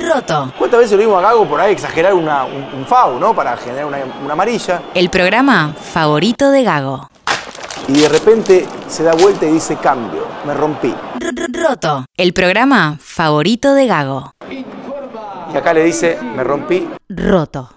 roto. ¿Cuántas veces lo vimos a Gago por ahí exagerar una- un, un FAU, ¿no? Para generar una, una amarilla. El programa favorito de Gago. Y de repente se da vuelta y dice cambio, me rompí. R- r- Roto. El programa favorito de Gago. Y acá le dice, me rompí, Roto.